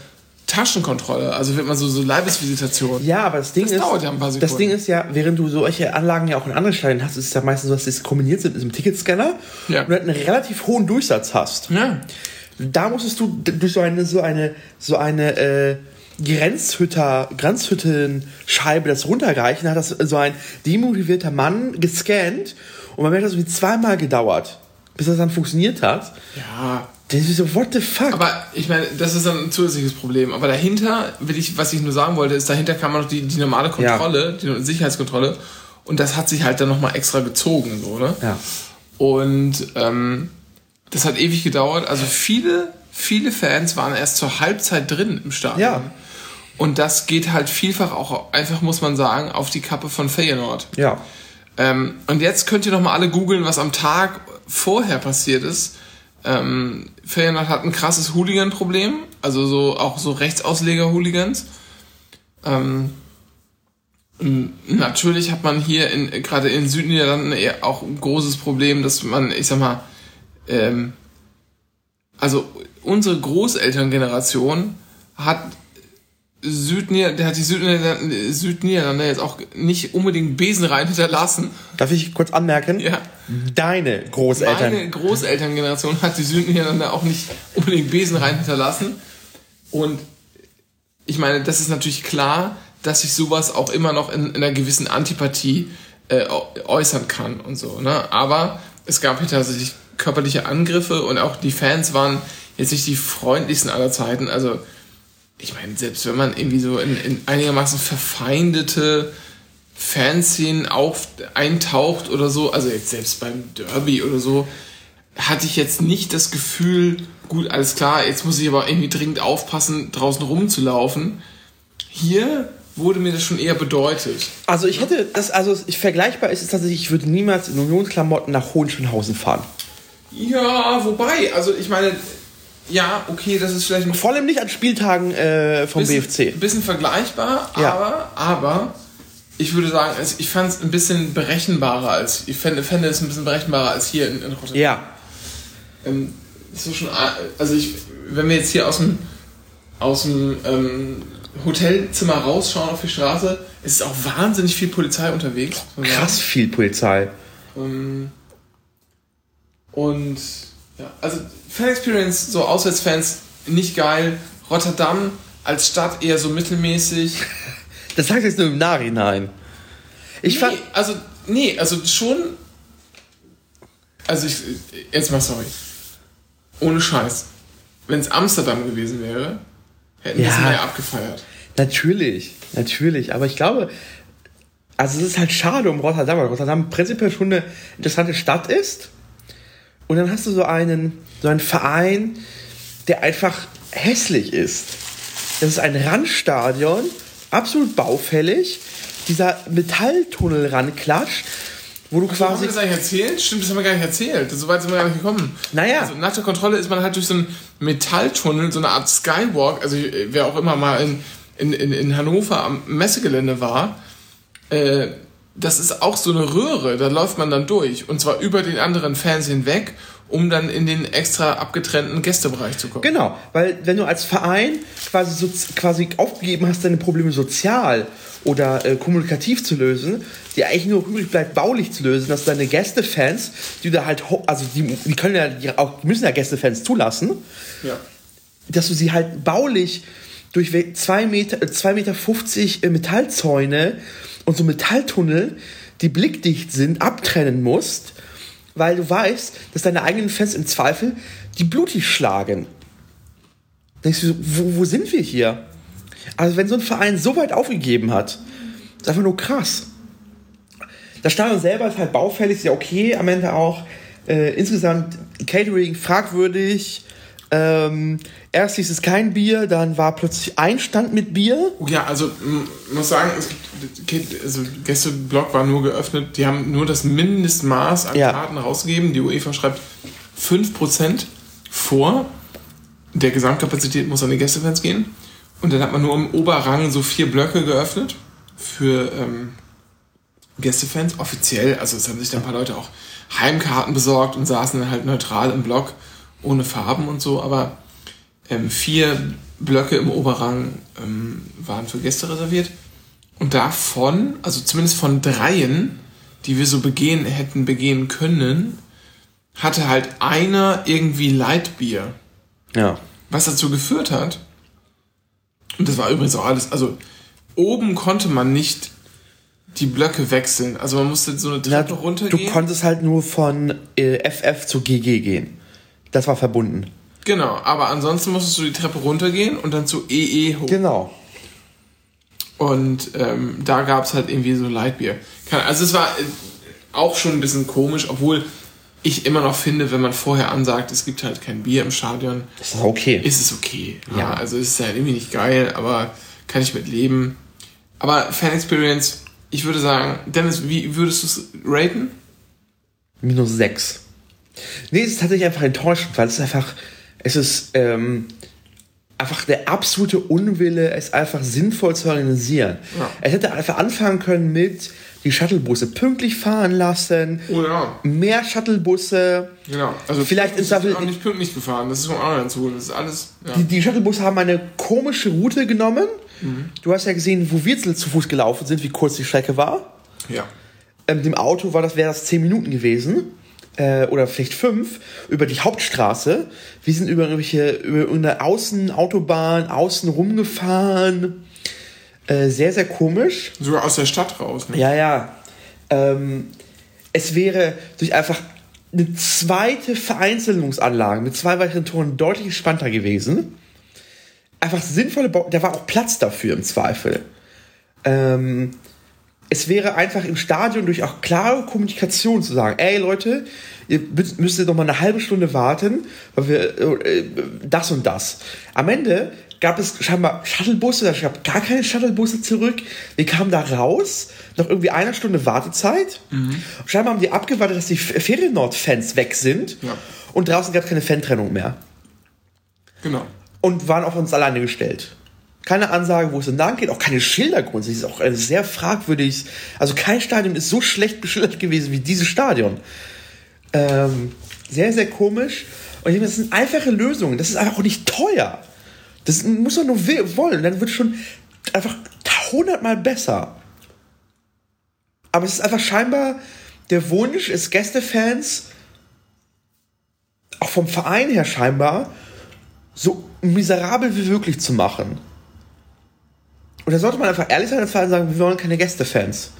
Speaker 1: Taschenkontrolle. Also wird man so, so Leibesvisitation.
Speaker 3: Ja, aber das Ding
Speaker 1: Das
Speaker 3: ist.
Speaker 1: dauert ja ein paar Sekunden.
Speaker 3: Das Ding ist ja, während du solche Anlagen ja auch in anderen Stadien hast, ist es ja meistens so, dass die kombiniert sind mit einem Ticketscanner
Speaker 1: Ja.
Speaker 3: und du halt einen relativ hohen Durchsatz hast.
Speaker 1: Ja.
Speaker 3: Da musstest du d- durch so eine, so eine, so eine äh, Grenzhütter, Grenzhüttenscheibe das runtergereichen, hat das so ein demotivierter Mann gescannt und man merkt, das hat irgendwie zweimal gedauert, bis das dann funktioniert hat.
Speaker 1: Ja,
Speaker 3: Das ist so, what the fuck?
Speaker 1: Aber ich meine, das ist dann ein zusätzliches Problem. Aber dahinter, will ich, was ich nur sagen wollte, ist, dahinter kam auch noch die, die normale Kontrolle, die Sicherheitskontrolle. Und das hat sich halt dann nochmal extra gezogen, so, ne?
Speaker 3: ja.
Speaker 1: Und ähm, das hat ewig gedauert. Also viele, viele Fans waren erst zur Halbzeit drin im Stadion.
Speaker 3: Ja.
Speaker 1: Und das geht halt vielfach auch einfach, muss man sagen, auf die Kappe von Feyenoord.
Speaker 3: Ja.
Speaker 1: Ähm, und jetzt könnt ihr noch mal alle googeln, was am Tag vorher passiert ist. Ähm, Feyenoord hat ein krasses Hooligan-Problem, also so auch so Rechtsausleger-Hooligans. Ähm, n- natürlich hat man hier in gerade in Südniederlanden eher auch ein großes Problem, dass man, ich sag mal, ähm, also unsere Großelterngeneration hat Südnieder, der hat die Südniederlande, Südniederlande jetzt auch nicht unbedingt besenrein hinterlassen.
Speaker 3: Darf ich kurz anmerken?
Speaker 1: Ja.
Speaker 3: Deine Großeltern.
Speaker 1: Meine Großelterngeneration hat die Südniederlande auch nicht unbedingt besenrein hinterlassen. Und ich meine, das ist natürlich klar, dass sich sowas auch immer noch in, in einer gewissen Antipathie äh, äu- äußern kann und so. Ne? Aber es gab hier tatsächlich körperliche Angriffe und auch die Fans waren jetzt nicht die freundlichsten aller Zeiten. Also ich meine, selbst wenn man irgendwie so in, in einigermaßen verfeindete Fanszenen auf, eintaucht oder so, also jetzt selbst beim Derby oder so, hatte ich jetzt nicht das Gefühl, gut, alles klar, jetzt muss ich aber irgendwie dringend aufpassen, draußen rumzulaufen. Hier wurde mir das schon eher bedeutet.
Speaker 3: Also ich hätte das, also ich, vergleichbar ist es tatsächlich, ich würde niemals in Unionsklamotten nach Hohenschönhausen fahren.
Speaker 1: Ja, wobei, also ich meine, ja, okay, das ist vielleicht ein
Speaker 3: Vor allem nicht an Spieltagen äh, vom
Speaker 1: bisschen,
Speaker 3: BFC.
Speaker 1: bisschen vergleichbar,
Speaker 3: Ja.
Speaker 1: aber, aber ich würde sagen, also ich fand es ein bisschen berechenbarer als, ich fände, fände es ein bisschen berechenbarer als hier in, in Rotterdam.
Speaker 3: Ja.
Speaker 1: Ähm, das ist schon, a- also ich, wenn wir jetzt hier aus dem, aus dem ähm, Hotelzimmer rausschauen auf die Straße, ist auch wahnsinnig viel Polizei unterwegs. muss man sagen.
Speaker 3: Oh, Krass viel Polizei.
Speaker 1: Ähm, und ja, also Fan Experience, so Auswärtsfans, nicht geil. Rotterdam als Stadt eher so mittelmäßig.
Speaker 3: Das sagst du jetzt nur im Nachhinein. Ich
Speaker 1: Nee,
Speaker 3: fand.
Speaker 1: also, nee, also schon. Also ich. Jetzt mal sorry. Ohne Scheiß. Wenn es Amsterdam gewesen wäre, hätten wir es
Speaker 3: Ja.
Speaker 1: mehr abgefeiert.
Speaker 3: Natürlich, natürlich. Aber ich glaube, also es ist halt schade um Rotterdam, weil Rotterdam prinzipiell schon eine interessante Stadt ist. Und dann hast du so einen, so einen Verein, der einfach hässlich ist. Das ist ein Randstadion, absolut baufällig. Dieser Metalltunnel ranklatscht, wo du
Speaker 1: Haben
Speaker 3: quasi.
Speaker 1: wir das eigentlich erzählt? Stimmt, das haben wir gar nicht erzählt. So weit sind wir gar nicht gekommen.
Speaker 3: Naja.
Speaker 1: Also nach der Kontrolle ist man halt durch so einen Metalltunnel, so eine Art Skywalk, also äh, wer auch immer mal in, in, in, in Hannover am Messegelände war, äh, das ist auch so eine Röhre, da läuft man dann durch. Und zwar über den anderen Fans hinweg, um dann in den extra abgetrennten Gästebereich zu kommen.
Speaker 3: Genau, weil wenn du als Verein quasi, so, quasi aufgegeben hast, deine Probleme sozial oder äh, kommunikativ zu lösen, die eigentlich nur übrig bleibt, baulich zu lösen, dass deine Gästefans, die da halt, ho- also die, die können ja die auch, die müssen ja Gästefans zulassen,
Speaker 1: Ja.
Speaker 3: dass du sie halt baulich durch 2 Meter, äh, zwei Meter 50 äh, Metallzäune und so Metalltunnel, die blickdicht sind, abtrennen musst, weil du weißt, dass deine eigenen Fans im Zweifel die blutig schlagen. Denkst du, so, wo, wo sind wir hier? Also wenn so ein Verein so weit aufgegeben hat, ist einfach nur krass. Das Stadion selber ist halt baufällig, ist ja okay am Ende auch. Äh, insgesamt Catering fragwürdig. Ähm, erst hieß es kein Bier, dann war plötzlich ein Stand mit Bier.
Speaker 1: Ja, also m- muss sagen, es gibt, also gestern Blog war nur geöffnet, die haben nur das Mindestmaß an
Speaker 3: Ja.
Speaker 1: Karten rausgegeben. Die UEFA schreibt 5% vor der Gesamtkapazität muss an die Gästefans gehen. Und dann hat man nur im Oberrang so vier Blöcke geöffnet für ähm, Gästefans offiziell. Also es haben sich da ein paar Leute auch Heimkarten besorgt und saßen dann halt neutral im Block ohne Farben und so. Aber ähm, vier Blöcke im Oberrang ähm, waren für Gäste reserviert. Und davon, also zumindest von dreien, die wir so begehen hätten begehen können, hatte halt einer irgendwie Leitbier
Speaker 3: Ja.
Speaker 1: was dazu geführt hat, und das war übrigens auch alles, also oben konnte man nicht die Blöcke wechseln. Also man musste so eine
Speaker 3: Na,
Speaker 1: Treppe
Speaker 3: du, du
Speaker 1: runtergehen.
Speaker 3: konntest halt nur von äh, FF zu GG gehen. Das war verbunden.
Speaker 1: genau, aber ansonsten musstest du die Treppe runtergehen und dann zu EE hoch.
Speaker 3: Genau.
Speaker 1: Und ähm, da gab es halt irgendwie so Lightbier. Keine- Also es war äh, auch schon ein bisschen komisch, obwohl ich immer noch finde, wenn man vorher ansagt, es gibt halt kein Bier im Stadion,
Speaker 3: Das ist okay.
Speaker 1: ist es okay. Ja, also es ist halt irgendwie nicht geil, aber kann ich mit leben. Aber Fan Experience, ich würde sagen, Dennis, wie würdest du es raten?
Speaker 3: Minus 6. Nee, es ist tatsächlich einfach enttäuschend, weil es einfach, es ist ähm, einfach der absolute Unwille, es einfach sinnvoll zu organisieren.
Speaker 1: Ja.
Speaker 3: Es hätte einfach anfangen können mit die Shuttlebusse pünktlich fahren lassen,
Speaker 1: Oh ja,
Speaker 3: mehr Shuttlebusse.
Speaker 1: genau. Also
Speaker 3: Vielleicht
Speaker 1: pünktlich
Speaker 3: ist dafür-
Speaker 1: auch nicht pünktlich gefahren. Das ist um schon auch ganz gut. Das ist alles. Ja.
Speaker 3: Die, die Shuttlebusse haben eine komische Route genommen. Du hast ja gesehen, wo wir zu Fuß gelaufen sind, wie kurz die Strecke war.
Speaker 1: ja.
Speaker 3: ähm, dem Auto war das, wäre das 10 Minuten gewesen. Äh, oder vielleicht fünf über die Hauptstraße. Wir sind über irgendwelche, über irgendeine Außenautobahn, außen rumgefahren. Äh, sehr, sehr komisch.
Speaker 1: Sogar aus der Stadt raus. Ne?
Speaker 3: Ja, ja. Ähm, es wäre durch einfach eine zweite Vereinzelungsanlage mit zwei weiteren Toren deutlich entspannter gewesen. Einfach sinnvolle Bau. Da war auch Platz dafür im Zweifel. Ähm, es wäre einfach im Stadion durch auch klare Kommunikation zu sagen, ey Leute, ihr müsst müsst jetzt noch mal eine halbe Stunde warten, weil wir äh, das und das. Am Ende gab es scheinbar Shuttlebusse, es gab gar keine Shuttlebusse zurück. Wir kamen da raus, nach irgendwie einer Stunde Wartezeit. Scheinbar haben die abgewartet, dass die F- Feriennord-Fans weg sind.
Speaker 1: Ja.
Speaker 3: Und draußen gab es keine Fantrennung mehr.
Speaker 1: Genau.
Speaker 3: Und waren auf uns alleine gestellt. Keine Ansage, wo es entlang geht, auch keine Schilder grundsätzlich. Ist auch ein sehr fragwürdig. Also kein Stadion ist so schlecht beschildert gewesen wie dieses Stadion. Ähm, sehr, sehr komisch. Und ich denke, das sind einfache Lösungen. Das ist einfach auch nicht teuer. Das muss man nur will, wollen. Dann wird es schon einfach hundertmal besser. Aber es ist einfach scheinbar der Wunsch, es Gästefans, auch vom Verein her scheinbar, so miserabel wie möglich zu machen. Und da sollte man einfach ehrlich sein als Verein und sagen, wir wollen keine Gästefans.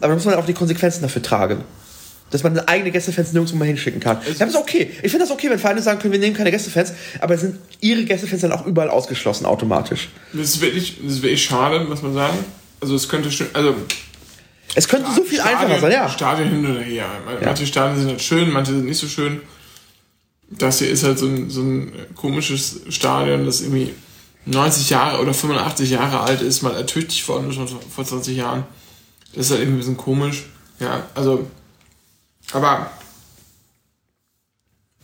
Speaker 3: Aber da muss man auch die Konsequenzen dafür tragen. Dass man eigene Gästefans nirgendwo mal hinschicken kann. Ich finde das okay. Ich finde das okay, wenn Vereine sagen können, wir nehmen keine Gästefans, aber sind ihre Gästefans dann auch überall ausgeschlossen automatisch.
Speaker 1: Das ist wirklich, das ist wirklich schade, muss man sagen. Also es könnte schon, also
Speaker 3: Es könnte so viel
Speaker 1: Stadien,
Speaker 3: einfacher sein, ja.
Speaker 1: Stadien hin oder her. Manche Stadien sind halt schön, manche sind nicht so schön. Das hier ist halt so ein, so ein komisches Stadion, das irgendwie 90 Jahre oder 85 Jahre alt ist, mal ertüchtigt worden schon vor 20 Jahren. Das ist halt irgendwie ein bisschen komisch. Ja, also, aber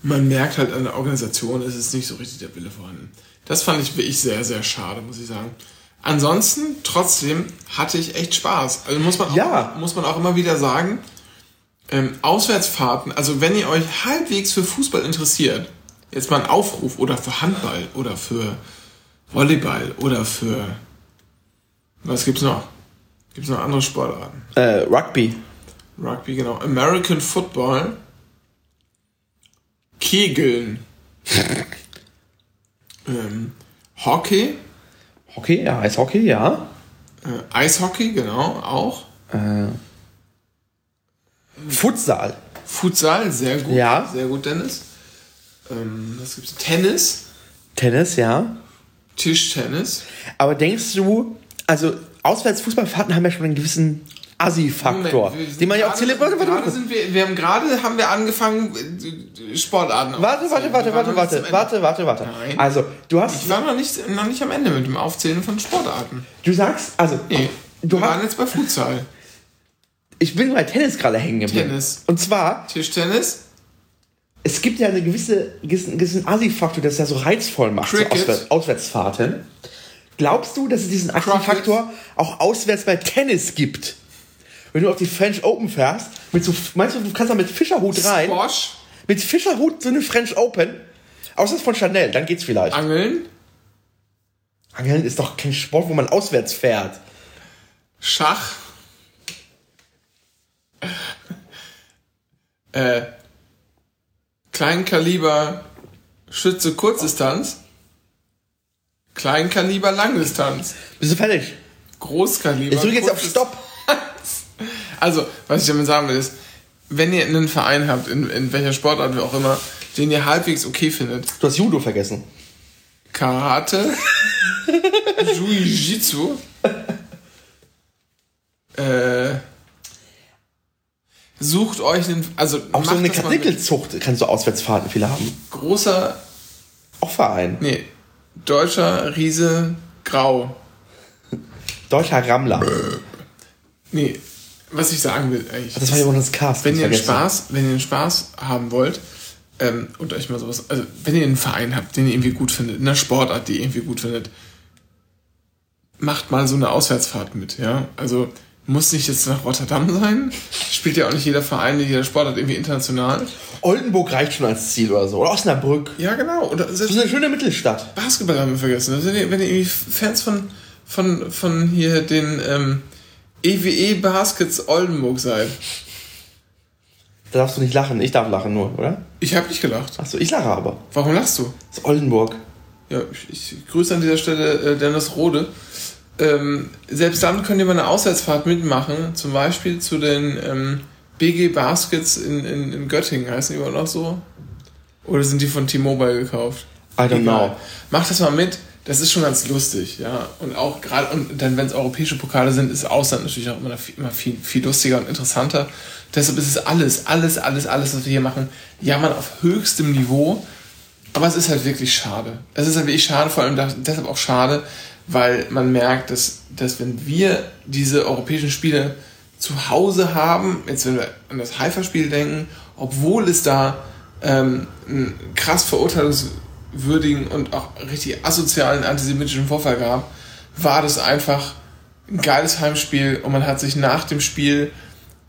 Speaker 1: man merkt halt an der Organisation, es ist nicht so richtig der Wille vorhanden. Das fand ich wirklich sehr, sehr schade, muss ich sagen. Ansonsten, trotzdem hatte ich echt Spaß. Also muss man,
Speaker 3: Ja.
Speaker 1: auch, muss man auch immer wieder sagen, ähm, Auswärtsfahrten, also wenn ihr euch halbwegs für Fußball interessiert, jetzt mal ein Aufruf oder für Handball oder für Volleyball oder für was gibt's noch? Gibt's noch andere Sportarten?
Speaker 3: Äh, Rugby.
Speaker 1: Rugby, genau. American Football. Kegeln. ähm, Hockey.
Speaker 3: Hockey, ja, Eishockey, ja.
Speaker 1: Äh, Eishockey, genau, auch.
Speaker 3: Futsal.
Speaker 1: Futsal, sehr gut.
Speaker 3: Ja.
Speaker 1: Sehr gut, Dennis. Ähm, was gibt's? Tennis.
Speaker 3: Tennis, ja.
Speaker 1: Tischtennis.
Speaker 3: Aber denkst du, also Auswärtsfußballfahrten haben ja schon einen gewissen Assi-Faktor,
Speaker 1: Moment, wir sind
Speaker 3: den man ja auch
Speaker 1: gerade-
Speaker 3: zelebriert. Warte, warte,
Speaker 1: gerade
Speaker 3: warte,
Speaker 1: sind wir, wir haben gerade haben wir angefangen äh, Sportarten.
Speaker 3: warte, warte,
Speaker 1: aufzuzählen.
Speaker 3: warte,
Speaker 1: Wir waren
Speaker 3: warte,
Speaker 1: noch nicht zum
Speaker 3: warte,
Speaker 1: Ende.
Speaker 3: warte, warte, warte.
Speaker 1: Nein.
Speaker 3: Also, du
Speaker 1: Ich
Speaker 3: hast,
Speaker 1: war noch nicht, noch nicht am Ende mit dem Aufzählen von Sportarten.
Speaker 3: du sagst, also,
Speaker 1: Nee,
Speaker 3: du
Speaker 1: wir waren
Speaker 3: hast,
Speaker 1: jetzt bei Futsal.
Speaker 3: ich bin bei Tennis gerade hängen geblieben.
Speaker 1: Tennis.
Speaker 3: Und zwar,
Speaker 1: Tischtennis,
Speaker 3: es gibt ja eine gewisse, gewissen, gewissen Assi-Faktor, das ja so reizvoll macht, so
Speaker 1: Cricket.
Speaker 3: Auswärts, Auswärtsfahrten. Glaubst du, dass es diesen Assi-Faktor auch auswärts bei Tennis gibt? Wenn du auf die French Open fährst, mit so, meinst du, du kannst da mit Fischerhut rein?
Speaker 1: Squash,
Speaker 3: Mit Fischerhut so eine French Open. Außer es von Chanel, dann geht's vielleicht.
Speaker 1: Angeln,
Speaker 3: Angeln ist doch kein Sport, wo man auswärts fährt.
Speaker 1: Schach, äh, Kleinkaliber Schütze Kurzdistanz, Kleinkaliber Langdistanz,
Speaker 3: Bist du fertig?
Speaker 1: Großkaliber.
Speaker 3: Ich drücke jetzt auf
Speaker 1: Kurzdistanz.
Speaker 3: Stopp.
Speaker 1: Also, was ich damit sagen will, ist, wenn ihr einen Verein habt, in, in welcher Sportart auch immer, den ihr halbwegs okay findet,
Speaker 3: Du hast Judo vergessen.
Speaker 1: Karate, [laughs] Jiu-Jitsu, äh, sucht euch einen, also
Speaker 3: Auch so eine
Speaker 1: das mal mit
Speaker 3: Karnickelzucht kannst du Auswärtsfahrten viele haben.
Speaker 1: großer,
Speaker 3: Auch Verein.
Speaker 1: nee, deutscher Riese Grau.
Speaker 3: Deutscher Rammler.
Speaker 1: Nee, was ich sagen will eigentlich.
Speaker 3: Das war ja Jonas Cast.
Speaker 1: wenn ihr einen Spaß, wenn ihr einen Spaß haben wollt ähm, und euch mal sowas, also wenn ihr einen Verein habt, den ihr irgendwie gut findet, in einer Sportart, die ihr irgendwie gut findet, macht mal so eine Auswärtsfahrt mit, ja. Also muss nicht jetzt nach Rotterdam sein. Spielt ja auch nicht jeder Verein, jeder Sportart irgendwie international.
Speaker 3: Oldenburg reicht schon als Ziel oder so. Oder Osnabrück.
Speaker 1: Ja, genau. Oder
Speaker 3: Das
Speaker 1: selbst
Speaker 3: ist eine schöne Mittelstadt.
Speaker 1: Basketball haben wir vergessen. Also, wenn, ihr, wenn ihr irgendwie Fans von, von, von hier den ähm, EWE Baskets Oldenburg seid.
Speaker 3: Da darfst du nicht lachen. Ich darf lachen nur, oder?
Speaker 1: Ich habe nicht gelacht.
Speaker 3: Achso, ich lache aber.
Speaker 1: Warum lachst du?
Speaker 3: Das ist Oldenburg.
Speaker 1: Ja, ich, ich grüße an dieser Stelle äh, Dennis Rode. Ähm, selbst dann könnt ihr mal eine Auswärtsfahrt mitmachen, zum Beispiel zu den ähm, BG Baskets in, in, in Göttingen, heißen die überhaupt noch so? Oder sind die von T-Mobile gekauft?
Speaker 3: I don't
Speaker 1: Egal.
Speaker 3: know.
Speaker 1: Macht das mal mit, das ist schon ganz lustig, ja. Und auch gerade, und dann, wenn es europäische Pokale sind, ist Ausland natürlich auch immer, noch viel- immer viel, viel lustiger und interessanter. Deshalb ist es alles, alles, alles, alles, was wir hier machen, ja, man auf höchstem Niveau Aber es ist halt wirklich schade. Es ist halt wirklich schade, vor allem da- deshalb auch schade, weil man merkt, dass, dass wenn wir diese europäischen Spiele zu Hause haben, jetzt wenn wir an das Haifa-Spiel denken, obwohl es da ähm, einen krass verurteilungswürdigen und auch richtig asozialen antisemitischen Vorfall gab, war das einfach ein geiles Heimspiel und man hat sich nach dem Spiel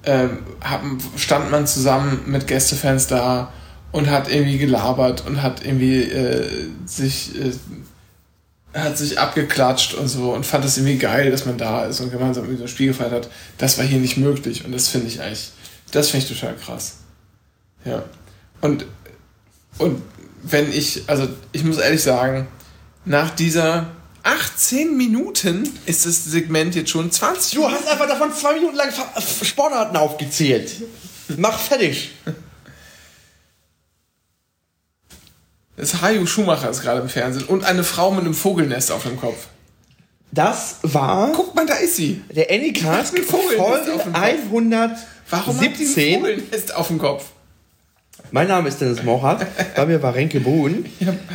Speaker 1: ähm, hab, stand man zusammen mit Gästefans da und hat irgendwie gelabert und hat irgendwie äh, sich äh, hat sich abgeklatscht und so und fand es irgendwie geil, dass man da ist und gemeinsam irgendwie so ein Spiel gefeiert hat. Das war hier nicht möglich und das finde ich eigentlich, das finde ich total krass. Ja. Und und wenn ich, also ich muss ehrlich sagen, nach dieser 18 Minuten ist das Segment jetzt schon 20
Speaker 6: Du hast einfach davon zwei Minuten lang Fa- F- Sportarten aufgezählt. Mach fertig.
Speaker 1: Das Hajo Schumacher ist gerade im Fernsehen und eine Frau mit einem Vogelnest auf dem Kopf.
Speaker 6: Das war
Speaker 1: Guck mal, da ist sie.
Speaker 6: der Anycast
Speaker 1: Mit Vogeln ist auf
Speaker 6: Folge
Speaker 1: dem Kopf. Warum hat sie ein
Speaker 6: 117.
Speaker 1: Vogelnest auf dem Kopf?
Speaker 6: Mein Name ist Dennis
Speaker 1: [laughs]
Speaker 6: Mauchert, bei mir war Renke Bohn.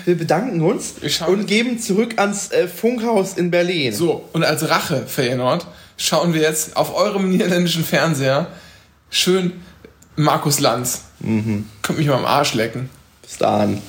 Speaker 6: Wir bedanken uns
Speaker 1: Wir schauen-
Speaker 6: und geben zurück ans äh, Funkhaus in Berlin.
Speaker 1: So, und als Rache, Feyenoord, schauen wir jetzt auf eurem niederländischen Fernseher schön Markus Lanz. Könnt mich mal am Arsch lecken.
Speaker 6: Bis dann.